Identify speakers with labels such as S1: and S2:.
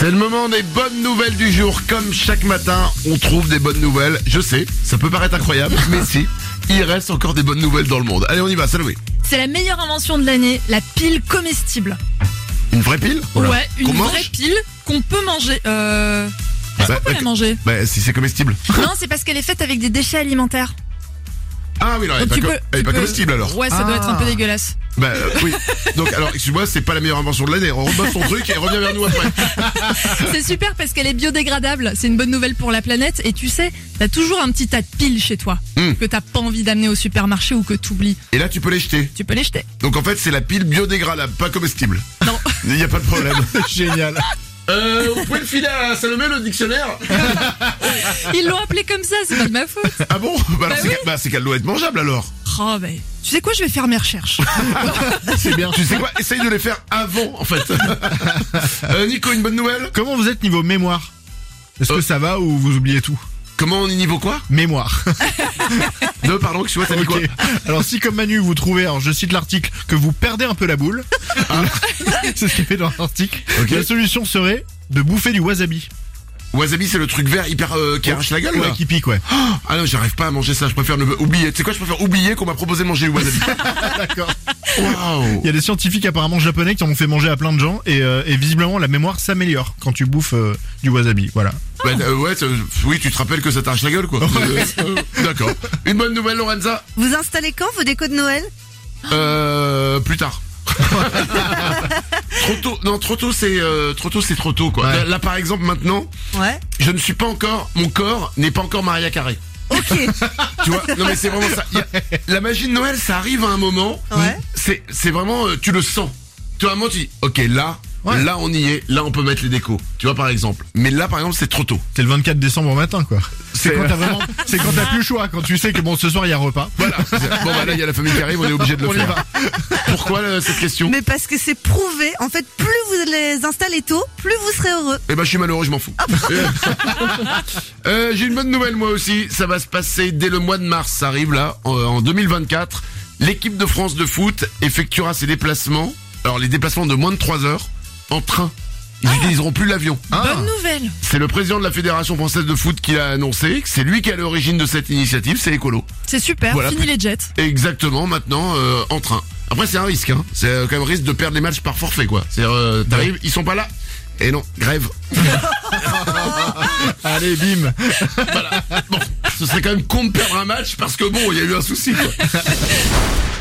S1: C'est le moment des bonnes nouvelles du jour. Comme chaque matin, on trouve des bonnes nouvelles. Je sais, ça peut paraître incroyable, mais si, il reste encore des bonnes nouvelles dans le monde. Allez, on y va, salut.
S2: C'est la meilleure invention de l'année, la pile comestible.
S1: Une vraie pile Voilà.
S2: Ouais, une
S1: Qu'on mange
S2: vraie pile qu'on peut manger. Euh... Est-ce
S1: Bah,
S2: qu'on peut la
S1: ok.
S2: manger
S1: Bah, si c'est comestible.
S2: Non, c'est parce qu'elle est faite avec des déchets alimentaires.
S1: Ah oui, non, elle est
S2: Donc
S1: pas,
S2: tu
S1: co-
S2: peux-
S1: elle est
S2: tu
S1: pas
S2: peux-
S1: comestible alors.
S2: Ouais, ça doit être un peu
S3: Ah.
S2: dégueulasse.
S1: Bah euh, oui. Donc alors, excuse-moi, c'est pas la meilleure invention de l'année. On rebosse son truc et revient vers nous après.
S2: C'est super parce qu'elle est biodégradable. C'est une bonne nouvelle pour la planète. Et tu sais, t'as toujours un petit tas de piles chez toi
S1: Hmm.
S2: que t'as pas envie d'amener au supermarché ou que t'oublies.
S1: Et là, tu peux les jeter.
S2: Tu peux les jeter.
S1: Donc en fait, c'est la pile biodégradable, pas comestible.
S2: Non.
S1: Il n'y a pas de problème.
S3: Génial.
S1: Euh, vous pouvez le filer à Salomé le dictionnaire
S2: Ils l'ont appelé comme ça, c'est pas de ma faute.
S1: Ah bon Bah, alors,
S2: Bah
S1: c'est
S2: oui.
S1: qu'elle- bah, c'est qu'elle doit être mangeable alors.
S2: Oh, bah, tu sais quoi, je vais faire mes recherches.
S1: C'est bien. Tu sais quoi Essaye de les faire avant, en fait. Euh, Nico, une bonne nouvelle
S3: Comment vous êtes niveau mémoire Est-ce
S1: Euh.
S3: que ça va ou vous oubliez tout
S1: Comment on est niveau quoi
S3: Mémoire.
S1: Deux, pardon, que tu vois, t'as dit
S3: Ok.
S1: quoi
S3: Alors si comme Manu vous trouvez, alors je cite l'article, que vous perdez un peu la boule, hein, c'est ce qu'il fait dans l'article.
S1: Ok.
S3: La solution serait de bouffer du wasabi.
S1: Wasabi, c'est le truc vert hyper euh, qui arrache la gueule,
S3: Ouais,
S1: là.
S3: qui pique, ouais.
S1: Ah non, j'arrive pas à manger ça. Je préfère ne oublier. Tu sais quoi Je préfère oublier qu'on m'a proposé de manger du wasabi.
S3: D'accord.
S1: Waouh
S3: Il y a des scientifiques apparemment japonais qui en ont fait manger à plein de gens et, euh, et visiblement la mémoire s'améliore quand tu bouffes euh, du wasabi. Voilà.
S1: Bah, euh, ouais, t'as- oui, tu te rappelles que ça t'arrache la gueule, quoi. Euh, euh, D'accord. Une bonne nouvelle, Lorenza
S4: Vous installez quand vos décos de Noël
S1: Euh, plus tard. trop tôt, non, trop tôt, c'est euh, trop tôt, c'est trop tôt, quoi.
S3: Ouais.
S1: Là, là, par exemple, maintenant,
S4: Ouais.
S1: je ne suis pas encore, mon corps n'est pas encore Maria Carré.
S4: Ok.
S1: Tu vois Non, mais c'est vraiment ça. Il y a- la magie de Noël, ça arrive à un moment.
S4: Ouais.
S1: C'est, c'est vraiment, euh, tu le sens. Tu vois, à un moment, tu dis, ok, là,
S3: Ouais.
S1: là, on y est. Là, on peut mettre les décos. Tu vois, par exemple. Mais là, par exemple, c'est trop tôt.
S3: C'est le 24 décembre au matin quoi. C'est
S1: C'est-
S3: quand t'as vraiment, c'est quand t'as plus le choix, quand tu sais que bon ce soir il y a repas.
S1: Voilà. Bon, bah là, il y a la famille qui arrive, on est obligé de le
S3: On y
S1: faire. Pourquoi euh, cette question
S4: Mais parce que c'est prouvé. En fait, plus vous les installez tôt, plus vous serez heureux.
S1: Eh ben je suis malheureux, je m'en fous. Euh, J'ai une bonne nouvelle moi aussi, ça va se passer dès le mois de mars, ça arrive là, en- en 2024. L'équipe de France de foot effectuera ses déplacements, alors les déplacements de moins de 3 heures, en train. Ils n'utiliseront plus l'avion.
S3: Ah.
S2: Bonne nouvelle.
S1: C'est le président de la Fédération Française de Foot qui l'a annoncé, c'est lui qui est à l'origine de cette initiative, c'est écolo.
S2: C'est super.
S1: Voilà.
S2: Fini les jets.
S1: Exactement, maintenant, euh, en train. Après c'est un risque, hein. c'est euh, quand même risque de perdre les matchs par forfait quoi. C'est euh, t'arrives, ils sont pas là, et non, grève.
S3: Allez bim.
S1: Bon, ce serait quand même con de perdre un match parce que bon, il y a eu un souci quoi.